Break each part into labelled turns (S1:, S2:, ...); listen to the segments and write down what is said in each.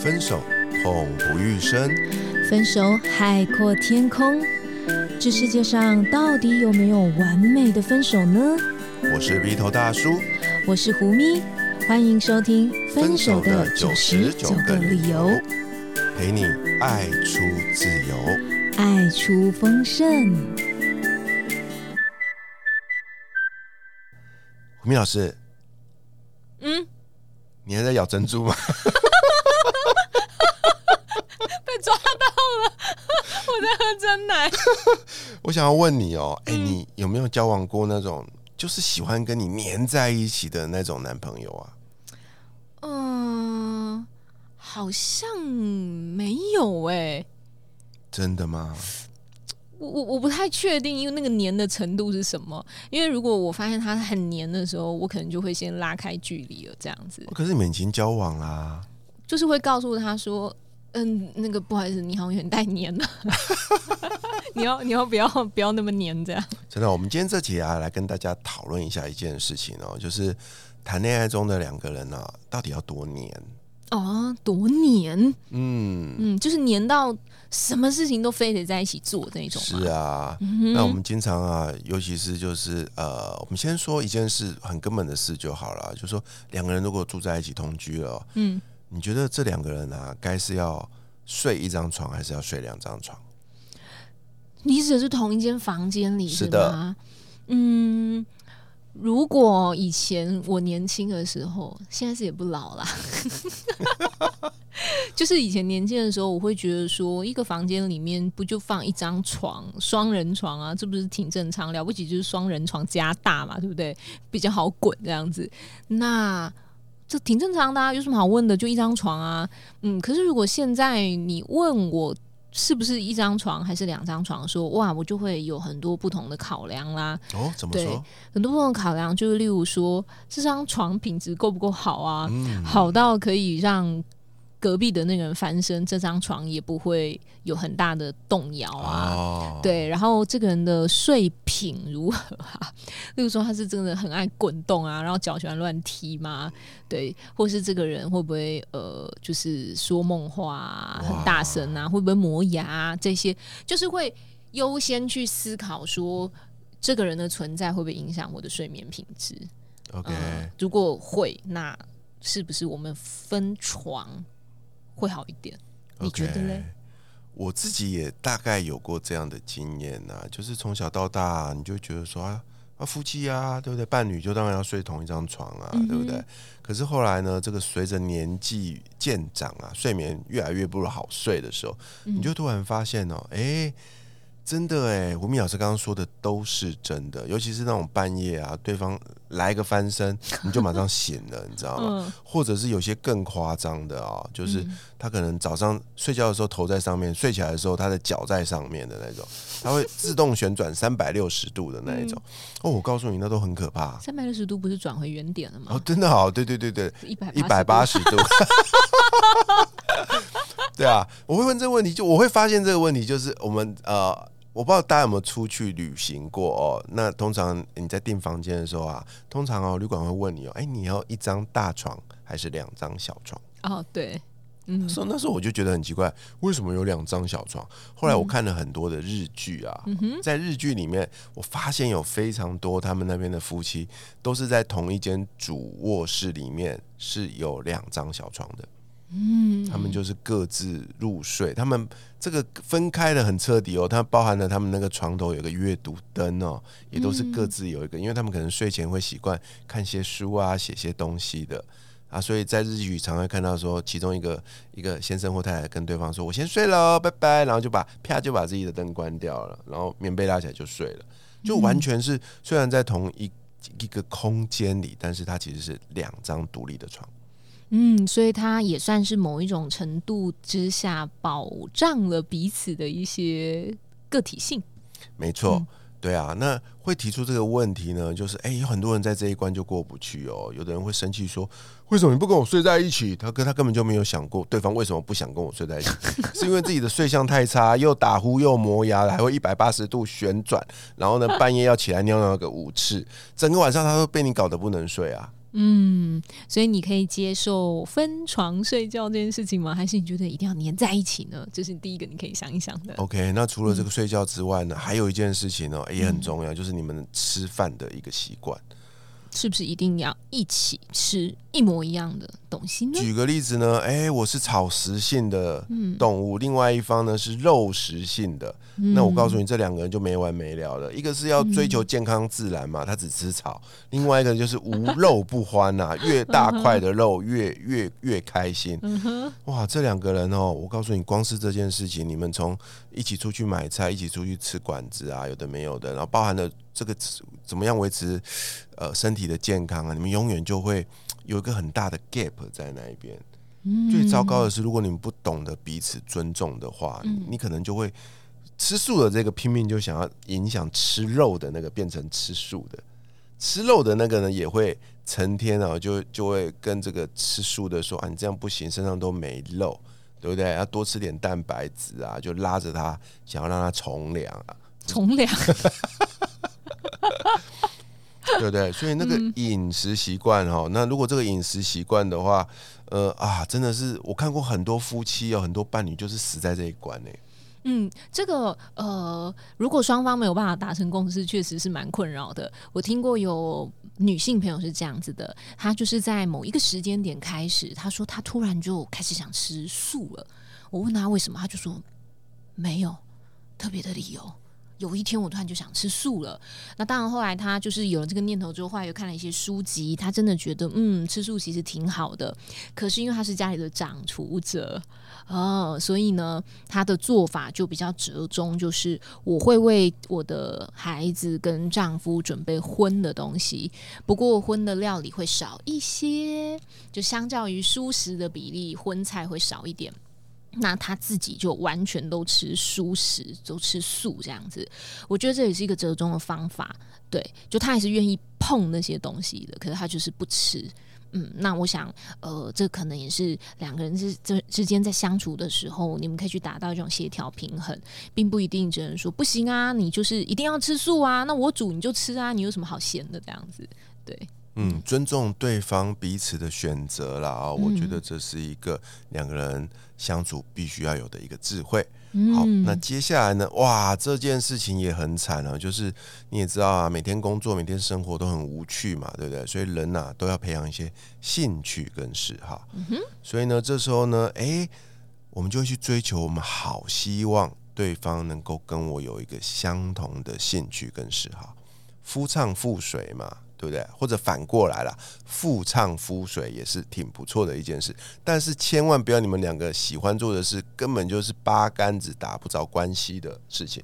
S1: 分手痛不欲生，
S2: 分手海阔天空。这世界上到底有没有完美的分手呢？
S1: 我是鼻头大叔，
S2: 我是胡咪，欢迎收听《分手的九十九个理由》，
S1: 陪你爱出自由。
S2: 爱出丰盛。
S1: 胡明老师，
S2: 嗯，
S1: 你还在咬珍珠吗？
S2: 被抓到了，我在喝真奶。
S1: 我想要问你哦、哎、你有没有交往过那种就是喜欢跟你黏在一起的那种男朋友啊？
S2: 嗯、好像没有哎、
S1: 真的吗？
S2: 我我我不太确定，因为那个黏的程度是什么？因为如果我发现它很黏的时候，我可能就会先拉开距离了，这样子
S1: 哦可是你们已经交往啦，
S2: 就是会告诉他说。嗯，那个不好意思，你好像有点太黏了。 你要你要不要不要那么黏这样？
S1: 真的。我们今天这集啊，来跟大家讨论一下一件事情哦、就是谈恋爱中的两个人呢、啊，到底要多黏？
S2: 哦，多黏，
S1: 嗯，
S2: 嗯，就是黏到什么事情都非得在一起做那种嘛。
S1: 是啊，
S2: 嗯
S1: 那我们经常啊，尤其是就是呃，我们先说一件事很根本的事就好了，就说两个人如果住在一起同居了，
S2: 嗯，
S1: 你觉得这两个人啊，该是要睡一张床，还是要睡两张床？
S2: 你指的是同一间房间里
S1: 是的
S2: 吗？嗯，如果以前我年轻的时候，现在是也不老啦。 就是以前年轻的时候，我会觉得说，一个房间里面不就放一张床，双人床啊，这不是挺正常？了不起就是双人床加大嘛，对不对？比较好滚这样子。那这挺正常的、啊，有什么好问的？就一张床啊，嗯。可是如果现在你问我是不是一张床还是两张床说哇，我就会有很多不同的考量啦。
S1: 哦，怎么
S2: 对
S1: 说？
S2: 很多不同的考量就是，例如说这张床品质够不够好啊，
S1: 嗯，
S2: 好到可以让隔壁的那个人翻身，这张床也不会有很大的动摇啊。
S1: 哦，
S2: 对，然后这个人的睡品如何啊？ 例如说他是真的很爱滚动啊，然后脚喜欢乱踢吗？对，或是这个人会不会呃，就是说梦话、啊、很大声啊，会不会磨牙、啊、这些，就是会优先去思考说。这个人的存在会不会影响我的睡眠品质？
S1: ，OK，
S2: 嗯如果会，那是不是我们分床会好一点？你觉得嘞？
S1: 我自己也大概有过这样的经验呐、就是从小到大，你就觉得说啊啊夫妻啊，对不对？伴侣就当然要睡同一张床啊，
S2: 嗯哼
S1: 对不对？可是后来呢，这个随着年纪渐长啊，睡眠越来越不好睡的时候，
S2: 嗯
S1: 你就突然发现哦，哎、真的哎，胡明老师刚刚说的都是真的，尤其是那种半夜啊，对方来个翻身，你就马 上醒了，你知道吗？
S2: 嗯
S1: 或者是有些更夸张的啊、就是
S2: 嗯
S1: 他可能早上睡觉的时候头在上面，睡起来的时候他的脚在上面的那种，他会自动旋转三百六十度的那一
S2: 嗯
S1: 种。哦，我告诉你，那都很可怕。
S2: 三百六十度不是转回原点了
S1: 哦，
S2: 吗？
S1: 真的好，对对对对，
S2: 一百
S1: 一百八十 度。对啊，我会问这个问题，就我会发现这个问题，就是我们呃，我不知道大家有没有出去旅行过哦。那通常你在订房间的时候啊，通常哦，旅馆会问你哦，哎、你要一张大床还是两张小床？
S2: 哦，对，嗯
S1: 所以那时候我就觉得很奇怪，为什么有两张小床？后来我看了很多的日剧啊，
S2: 嗯哼，
S1: 在日剧里面，我发现有非常多他们那边的夫妻都是在同一间主卧室里面是有两张小床的，
S2: 嗯，
S1: 他们就是各自入睡。他们这个分开的很彻底哦，它包含了他们那个床头有个阅读灯哦，也都是
S2: 嗯
S1: 各自有一个，因为他们可能睡前会习惯看些书啊，写些东西的。啊，所以在日语常会看到说，其中一个一个先生或太太跟对方说：“我先睡了哦，拜拜。”然后就把啪就把自己的灯关掉了，然后棉被拉起来就睡了，就完全是、虽然在同一一个空间里，但是它其实是两张独立的床。
S2: 嗯，所以它也算是某一种程度之下保障了彼此的一些个体性。
S1: 没错，对啊。那会提出这个问题呢，就是哎、有很多人在这一关就过不去哦。有的人会生气说，为什么你不跟我睡在一起？他跟他根本就没有想过对方为什么不想跟我睡在一起，是因为自己的睡相太差，又打呼又磨牙，还会一百八十度旋转，然后呢半夜要起来尿尿个五次，整个晚上他都被你搞得不能睡啊。
S2: 嗯，所以你可以接受分床睡觉这件事情吗？还是你觉得一定要黏在一起呢？这是第一个你可以想一想的。
S1: OK，那除了这个睡觉之外呢，还有一件事情呢、也很重要，就是你们吃饭的一个习惯。
S2: 是不是一定要一起吃一模一样的东西呢？嗯
S1: 举个例子呢，哎、我是草食性的动物，另外一方呢是肉食性的。那我告
S2: 嗯
S1: 诉你，这两个人就没完没了了。一个是要追求健康自然嘛，他只吃草；另外一个就是无肉不欢呐、越大块的肉越越越开心。哇，这两个人哦，我告诉你，光是这件事情，你们从一起出去买菜，一起出去吃馆子啊，有的没有的，然后包含了这个怎么样维持呃身体的健康啊，你们永远就会有一个很大的 gap 在那一边。最糟糕的是，如果你们不懂得彼此尊重的话，你你可能就会吃素的这个拼命就想要影响吃肉的那个变成吃素的，吃肉的那个呢也会成天啊就就会跟这个吃素的说啊你这样不行，身上都没肉，对不对？要多吃点蛋白质啊，就拉着他想要让他从良啊，
S2: 从良，
S1: 对不对？所以那个饮食习惯哈，那如果这个饮食习惯的话，呃啊，真的是我看过很多夫妻哦，很多伴侣就是死在这一关呢、
S2: 嗯，这个呃，如果双方没有办法达成共识，确实是蛮困扰的。我听过有女性朋友是这样子的，她就是在某一个时间点开始，她说她突然就开始想吃素了。我问她为什么，她就说没有特别的理由。有一天我突然就想吃素了，那当然后来她就是有了这个念头之后，后来又看了一些书籍，她真的觉得嗯吃素其实挺好的。可是因为她是家里的掌厨者，哦，所以呢，他的做法就比较折中，就是我会为我的孩子跟丈夫准备荤的东西，不过荤的料理会少一些，就相较于素食的比例，荤菜会少一点。那他自己就完全都吃素食，都吃素这样子，我觉得这也是一个折中的方法。对，就他还是愿意碰那些东西的，可是他就是不吃。嗯，那我想，呃，这可能也是两个人之之之间在相处的时候，你们可以去达到一种协调平衡，并不一定只能说不行啊，你就是一定要吃素啊，那我煮你就吃啊，你有什么好嫌的这样子？对，
S1: 嗯，尊重对方彼此的选择啦啊、我觉得这是一个两个人相处必须要有的一个智慧。
S2: 嗯
S1: 好，那接下来呢？哇，这件事情也很惨啊，就是你也知道啊，每天工作、每天生活都很无趣嘛，对不对？所以人呐、都要培养一些兴趣跟嗜好。所以呢，这时候呢，诶，我们就会去追求，我们好希望对方能够跟我有一个相同的兴趣跟嗜好。夫唱妇随嘛，对不对？或者反过来啦，妇唱夫随也是挺不错的一件事。但是千万不要你们两个喜欢做的事，根本就是八竿子打不着关系的事情。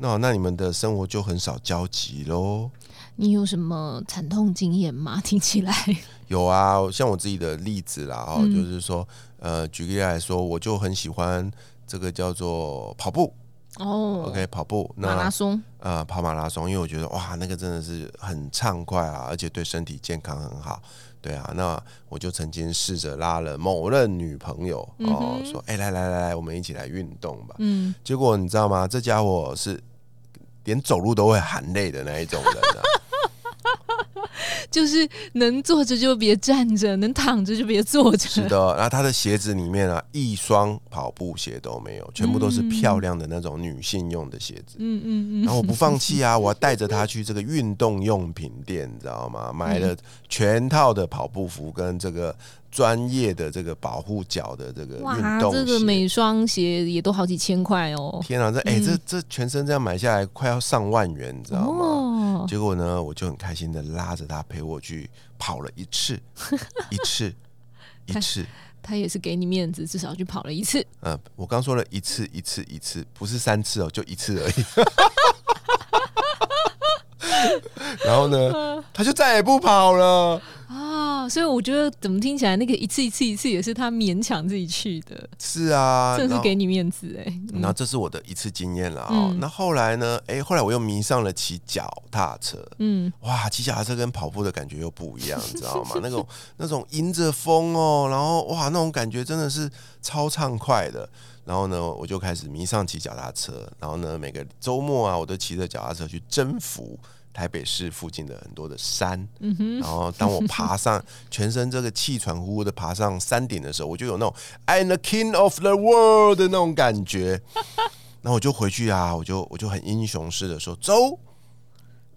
S1: 那好那你们的生活就很少交集喽。
S2: 你有什么惨痛经验吗？ 听起来，
S1: 有啊，像我自己的例子啦，哦，
S2: 嗯
S1: 就是说，呃，举个例来说，我就很喜欢这个叫做跑步。
S2: 哦
S1: OK，跑步。那
S2: 马拉松，
S1: 呃跑马拉松，因为我觉得哇，那个真的是很畅快啊，而且对身体健康很好。对啊，那我就曾经试着拉了某任女朋友哦，说哎、来来来来，我们一起来运动吧。
S2: 嗯，
S1: 结果你知道吗？这家伙是连走路都会含泪的那一种人 啊。
S2: 就是能坐着就别站着，能躺着就别坐
S1: 是
S2: 着。
S1: 的，然后他的鞋子里面啊，一双跑步鞋都没有，全部都是漂亮的那种女性用的鞋子。
S2: 嗯嗯嗯，
S1: 然后我不放弃啊，我还带着他去这个运动用品店，你知道
S2: 嗯
S1: 吗？买了全套的跑步服跟这个专业的这个保护脚的这个
S2: 哇
S1: 呃运，动
S2: 这个
S1: 鞋。
S2: 每双鞋也都好几千块哦。
S1: 天啊，这哎、这这全身这样买下来快要上万元，你知道吗？
S2: 哦，
S1: 结果呢，我就很开心的拉着他陪我去跑了一 次，一次，一次。
S2: 他也是给你面子，至少去跑了一次。
S1: 呃，我刚说了一次，一次，一次，不是三次哦，就一次 而已。然后呢，他就再也不跑了。
S2: 啊，所以我觉得怎么听起来那个一次一次一次也是他勉强自己去的，
S1: 是啊，
S2: 真
S1: 然
S2: 的是
S1: 后
S2: 给你面子哎、
S1: 然后这是我的一次经验了哦。
S2: 嗯
S1: 那后来呢？哎，后来我又迷上了骑脚踏车。
S2: 嗯，
S1: 哇，骑脚踏车跟跑步的感觉又不一样，你知道吗？ 那种那种迎着风哦，然后哇，那种感觉真的是超畅快的。然后呢，我就开始迷上骑脚踏车。然后呢，每个周末啊，我都骑着脚踏车去征服台北市附近的很多的山，
S2: 嗯哼，
S1: 然后当我爬上全身这个气喘呼呼的爬上山顶的时候，我就有那种 I'm the king of the world 的那种感觉。然后我就回去啊，我就我就很英雄式的说走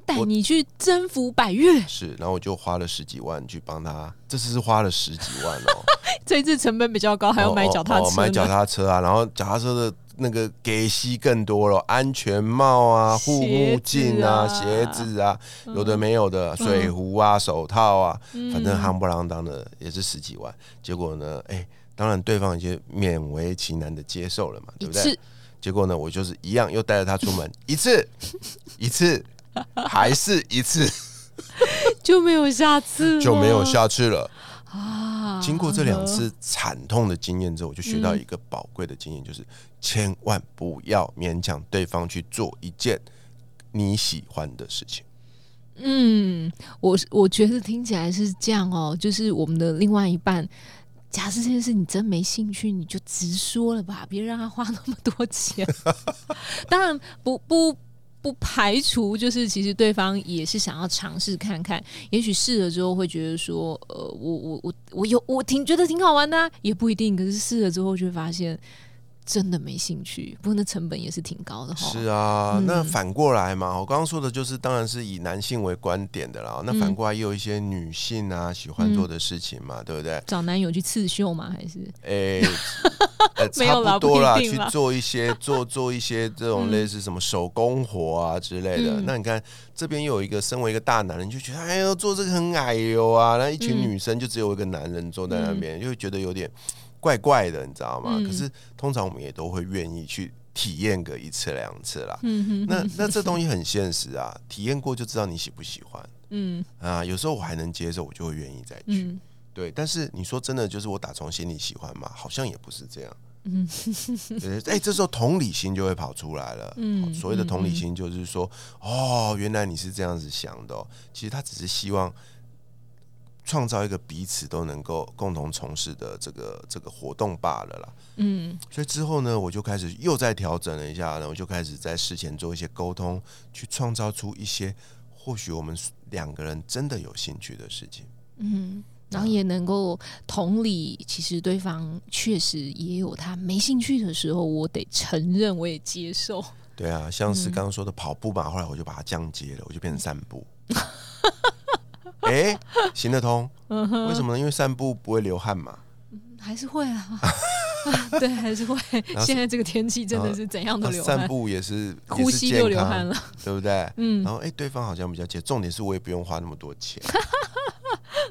S2: 带你去征服百越，
S1: 是，然后我就花了十几万去帮他，这次是花了十几万哦，
S2: 这次成本比较 高，还要买脚
S1: 哦
S2: 踏
S1: 哦
S2: 车
S1: 哦
S2: 呢，
S1: 买脚踏车啊，然后脚踏车的那个给息更多了，安全帽啊、护目镜啊、
S2: 鞋
S1: 鞋
S2: 子啊
S1: 子啊，有的没有
S2: 嗯
S1: 的，水壶啊、手套啊，反正夯不啷当的也是十几万。结果呢，哎，当然对方已经勉为其难的接受了嘛，对
S2: 一
S1: 不
S2: 次
S1: 对？结果呢，我就是一样又带着他出门一次，一次，还是一次，
S2: 就没有下次了，
S1: 就没有下次了。
S2: 啊。
S1: 经过这两次惨痛的经验之后，我就学到一个宝贵的经验，就是千万不要勉强对方去做一件你喜欢的事情。
S2: 嗯，我是我觉得听起来是这样哦，就是我们的另外一半，假设这件事你真没兴趣，你就直说了吧，别让他花那么多钱。 当然不不。不排除就是，其实对方也是想要尝试看看，也许试了之后会觉得说，呃，我我我我有我挺觉得挺好玩的啊、也不一定。可是试了之后就会发现真的没兴趣，不过那成本也是挺高的哈。
S1: 是啊，
S2: 哦嗯
S1: 那反过来嘛，我刚刚说的就是，当然是以男性为观点的啦。那反过来也有一些女性啊喜欢做的事情嘛，对不对？
S2: 找男友去刺绣吗？还是
S1: 诶、呃
S2: 没有
S1: 差
S2: 啦
S1: 不多
S2: 不一定
S1: 去
S2: 啦
S1: 做一 些做做一些这种类似什么手工活啊之类的。
S2: 嗯
S1: 那你看这边有一个身为一个大男人，就觉得哎呦做这个很矮哟啊，那一群
S2: 嗯
S1: 女生就只有一个男人坐在那边，就会觉得有点怪怪的，你知道吗？
S2: 嗯
S1: 可是通常我们也都会愿意去体验个一次两次啦。
S2: 嗯哼
S1: 那那这东西很现实啊，体验过就知道你喜不喜欢
S2: 嗯
S1: 啊。有时候我还能接受，我就会愿意再去。
S2: 嗯。
S1: 对，但是你说真的，就是我打从心里喜欢嘛，好像也不是这样。 嗯，哎、这时候同理心就会跑出来了。
S2: 嗯
S1: 嗯，所谓的同理心就是说，哦，原来你是这样子想的、哦。其实他只是希望创造一个彼此都能够共同从事的这个这个活动罢了啦。
S2: 嗯
S1: 所以之后呢，我就开始又再调整了一下，然后我就开始在事前做一些沟通，去创造出一些或许我们两个人真的有兴趣的事情。
S2: 嗯，然后也能够同理，其实对方确实也有他没兴趣的时候，我得承认，我也接受。
S1: 对啊，像
S2: 嗯
S1: 是刚刚说的跑步嘛，后来我就把它降阶了，我就变成散步。 哎、行得通，
S2: 嗯
S1: 为什么呢？因为散步不会流汗嘛。
S2: 还是会啊，啊 对，还是会。现在这个天气真的是怎样 都
S1: 那
S2: 流
S1: 啊散
S2: 汗，
S1: 步也是
S2: 呼吸
S1: 也是健
S2: 就流
S1: 康
S2: 汗，了。
S1: 对不对？
S2: 嗯
S1: 然后哎、对方好像比较接，重点是我也不用花那么多 钱，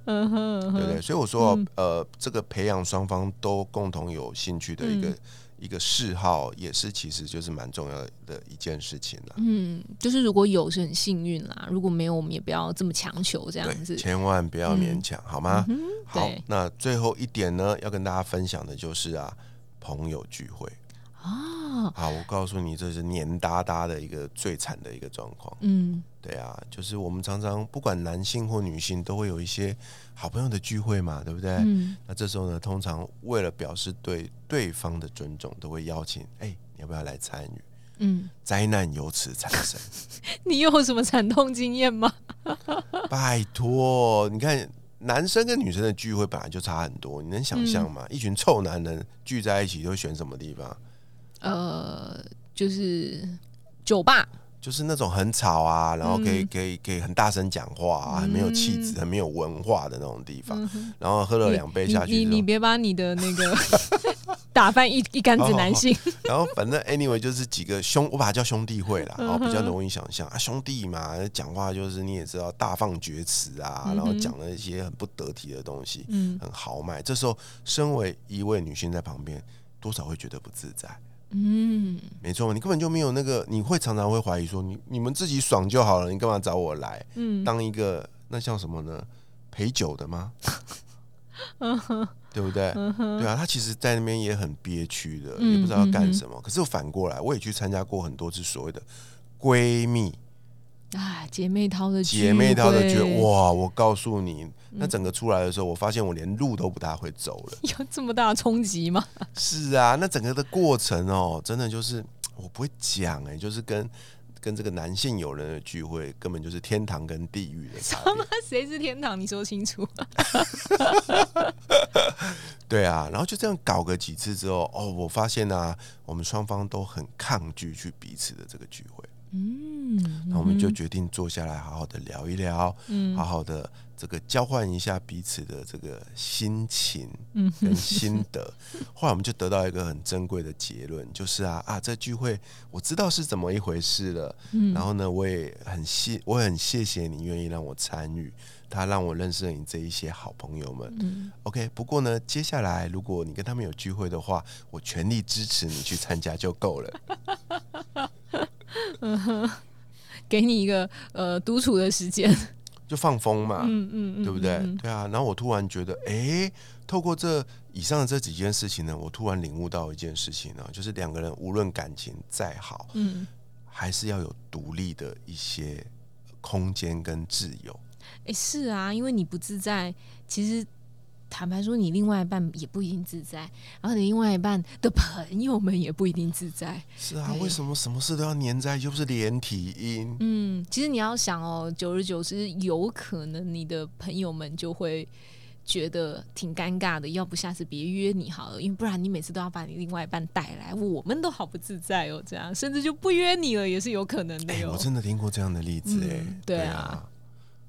S2: 嗯哼嗯
S1: 对不
S2: 哼，
S1: 对？所以我说，呃，这个培养双方都共同有兴趣的一个、
S2: 嗯
S1: 一个嗜好，也是其实就是蛮重要的一件事情啊啦。
S2: 嗯，就是如果有是很幸运啦，如果没有我们也不要这么强求这样子
S1: 对，。
S2: 嗯
S1: 啊千万不要勉强，好吗？好
S2: 对，
S1: 那最后一点呢，要跟大家分享的就是啊，朋友聚会
S2: 啊，
S1: 啊，我告诉你，这是黏哒哒的一个最惨的一个状况。
S2: 嗯
S1: 对啊，就是我们常常不管男性或女性，都会有一些好朋友的聚会嘛，对不对？
S2: 嗯
S1: 那这时候呢，通常为了表示对对方的尊重，都会邀请，哎、你要不要来参与？
S2: 嗯，
S1: 灾难由此产生。
S2: 你有什么惨痛经验吗？
S1: 拜托，你看男生跟女生的聚会本来就差很多，你能想象吗？
S2: 嗯
S1: 一群臭男人聚在一起，会选什么地方？
S2: 呃，就是酒吧，
S1: 就是那种很吵啊，然后可以、
S2: 嗯
S1: 可以可以很大声讲话啊，很没有气质、很没有文化的那种地方。然后喝了
S2: 你
S1: 两杯下
S2: 嗯你
S1: 去
S2: 你
S1: 之
S2: 你
S1: 后，
S2: 别把你的那个 打翻一一竿子男性。
S1: 然后反正 anyway 就是几个兄，我把它叫兄弟会
S2: 嗯
S1: 啦，然后比较容易想象啊，兄弟嘛，讲话就是你也知道大放厥词啊，然后讲了一些很不得体的东西，
S2: 嗯
S1: 很豪迈。这时候，身为一位女性在旁边，多少会觉得不自在。
S2: 嗯
S1: 没错，你根本就没有那个，你会常常会怀疑说，你你们自己爽就好了，你干嘛找我来
S2: 嗯
S1: 当一个那像什么呢？陪酒的吗？
S2: 嗯哼
S1: 对不对？
S2: 嗯哼
S1: 对啊，他其实，在那边也很憋屈的，
S2: 嗯
S1: 也不知道要干什么。可是反过来，我也去参加过很多次所谓的闺蜜
S2: 啊，姐妹淘的
S1: 姐妹淘的
S2: 聚
S1: 觉得
S2: 会，
S1: 哇！我告诉你，那整个出来的时候，我发现我连路都不大会走了。
S2: 有这么大的冲击吗？
S1: 欸是啊，那整个的过程哦，真的就是我不会讲哎、就是跟跟这个男性友人的聚会，根本就是天堂跟地狱的差别。
S2: 谁是天堂？你说清楚。
S1: 对啊，然后就这样搞个几次之后，哦，我发现啊，我们双方都很抗拒去彼此的这个聚会，
S2: 嗯，
S1: 那我们就决定坐下来好好的聊一聊，
S2: 嗯
S1: 好好的这个交换一下彼此的这个心情
S2: 嗯
S1: 跟心得。后来我们就得到一个很珍贵的结论，就是啊啊，这聚会我知道是怎么一回事了，
S2: 嗯
S1: 然后呢，我也很谢，我也很谢谢你愿意让我参与，他让我认识了你这一些好朋友们。
S2: 嗯
S1: OK，不过呢，接下来如果你跟他们有聚会的话，我全力支持你去参加就够了。
S2: 给你一个呃独处的 时间，
S1: 就放风嘛，
S2: 嗯嗯嗯，
S1: 对不对？
S2: 嗯
S1: 对啊。然后我突然觉得，诶，透过这以上的这几件事情呢，我突然领悟到一件事情呢、就是两个人无论感情再好，
S2: 嗯，
S1: 还是要有独立的一些空间跟自由。
S2: 哎、是啊，因为你不自在，其实坦白说，你另外一半也不一定自在，然后你另外一半的朋友们也不一定自在。
S1: 是啊，
S2: 对
S1: 为什么什么事都要黏在，又不是连体婴？
S2: 嗯，其实你要想哦，久而久之，有可能你的朋友们就会。觉得挺尴尬的，要不下次别约你好了，因为不然你每次都要把你另外一半带来，我们都好不自在哦。这样甚至就不约你了也是有可能的
S1: 哎、
S2: 哟、
S1: 我真的听过这样的例子、诶，
S2: 嗯对啊
S1: 哎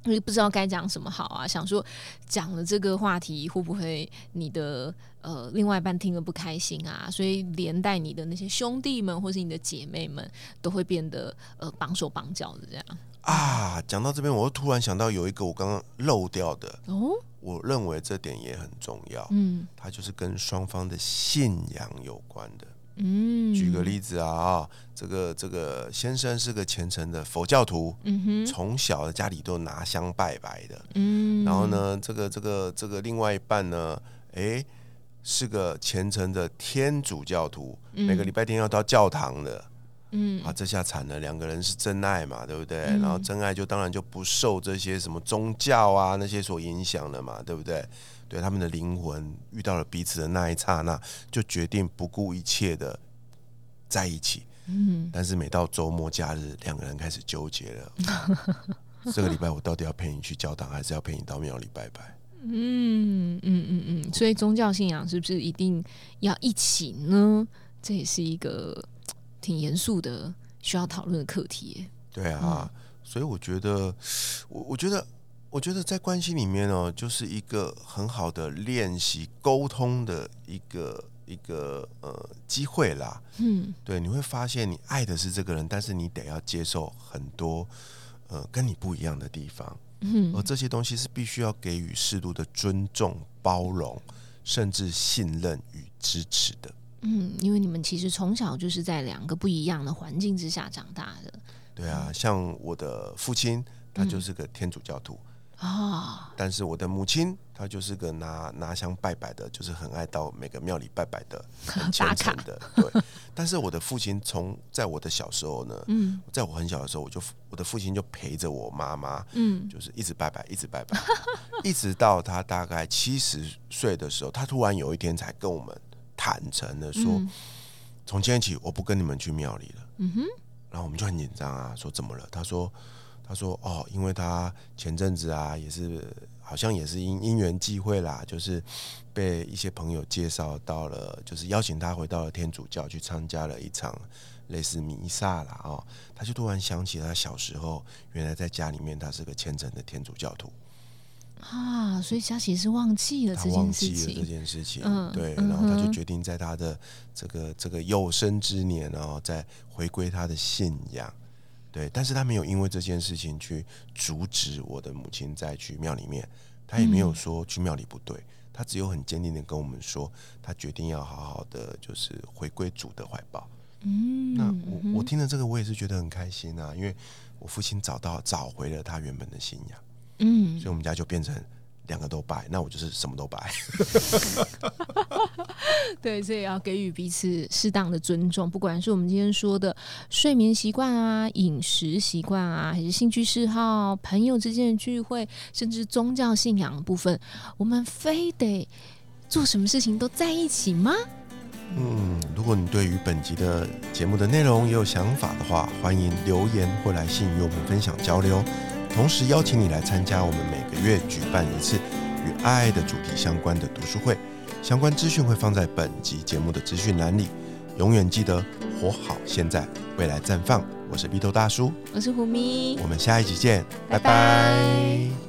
S2: 因为不知道该讲什么好啊，想说讲了这个话题会不会你的呃另外一半听了不开心啊？所以连带你的那些兄弟们或是你的姐妹们都会变得呃绑手绑脚的这样。
S1: 啊，讲到这边，我又突然想到有一个我刚刚漏掉的，
S2: 哦，
S1: 我认为这点也很重要，
S2: 嗯
S1: 它就是跟双方的信仰有关的。
S2: 嗯，
S1: 举个，例子啊，啊这个这个先生是个虔诚的佛教徒，
S2: 嗯哼，
S1: 从小家里都拿香拜拜的。
S2: 嗯，
S1: 然后？呢，这个这个这个另外一半呢，诶，是个虔诚的天主教徒，
S2: 嗯
S1: 每个礼拜天要到教堂的。
S2: 嗯
S1: 啊，这下惨了，两个人是真爱嘛，对不对？
S2: 嗯
S1: 然后真爱就当然就不受这些什么宗教啊那些所影响了嘛，对不对？对，他们的灵魂遇到了彼此的那一刹那，就决定不顾一切的在一起。
S2: 嗯，
S1: 但是每到周末假日，两个人开始纠结了。 这个礼拜我到底要陪你去教堂，还是要陪你到庙里拜拜？
S2: 嗯嗯嗯嗯，所以宗教信仰是不是一定要一起呢？这也是一个嘖挺严肃的需要讨论的课题耶。
S1: 对啊，所以我觉得，我我觉得，我觉得在关系里面哦，就是一个很好的练习沟通的一个一个呃机会啦。
S2: 嗯
S1: 对，你会发现你爱的是这个人，但是你得要接受很多呃跟你不一样的地方，
S2: 嗯
S1: 而这些东西是必须要给予适度的尊重、包容，甚至信任与支持的。
S2: 嗯，因为你们其实从小就是在两个不一样的环境之下长大的
S1: 对啊，像我的父亲，他就是个天主教徒。
S2: 嗯啊、
S1: 但是我的母亲，她就是个拿拿香拜拜的，就是很爱到每个庙里拜拜 的，很虔诚的。对，但是我的父亲从在我的小时候呢，
S2: 嗯
S1: 在我很小的时候，我就我的父亲就陪着我妈妈，
S2: 嗯
S1: 就是一直拜拜，一直拜拜， 一直到他大概七十岁的时候，他突然有一天才跟我们坦诚的说，
S2: 嗯
S1: 从今天起我不跟你们去庙里了。
S2: 嗯哼，
S1: 然后我们就很紧张啊，说怎么了？他说，他说哦，因为他前阵子啊，也是好像也是因因缘际会啦，就是被一些朋友介绍到了，就是邀请他回到了天主教去参加了一场类似弥撒啦哦，他就突然想起他小时候，原来在家里面他是个虔诚的天主教徒，
S2: 啊，所以佳琪是忘记了
S1: 他
S2: 这
S1: 忘
S2: 件事
S1: 记了这
S2: 情，
S1: 件事情，
S2: 嗯
S1: 对，
S2: 嗯
S1: 然后他就
S2: 哼
S1: 决定在他的这个这个有生之年、哦，然后再回归他的信仰，对，但是他没有因为这件事情去阻止我的母亲再去庙里面，他也没
S2: 嗯
S1: 有说去庙里不对，他只有很坚定的跟我们说，他决定要好好的就是回归主的怀抱。
S2: 嗯，
S1: 那
S2: 嗯
S1: 我我听了这个，我也是觉得很开心啊，因为我父亲找到找回了他原本的信仰。
S2: 嗯
S1: 所以我们家就变成两个都拜，那我就是什么都拜。
S2: 对，所以要给予彼此适当的尊重，不管是我们今天说的睡眠习惯啊、饮食习惯啊，还是兴趣嗜好、朋友之间的聚会，甚至宗教信仰的部分，我们非得做什么事情都在一起吗？
S1: 嗯，如如果你对于本集的节目的内容也有想法的话，欢迎留言或来信与我们分享交流。同时邀请你来参加我们每个月举办一次与爱的主题相关的读书会，相关资讯会放在本集节目的资讯栏里。永远记得活好现在，未来绽放。我是鼻头大叔，
S2: 我是胡咪，
S1: 我们下一集见，拜
S2: 拜拜
S1: 拜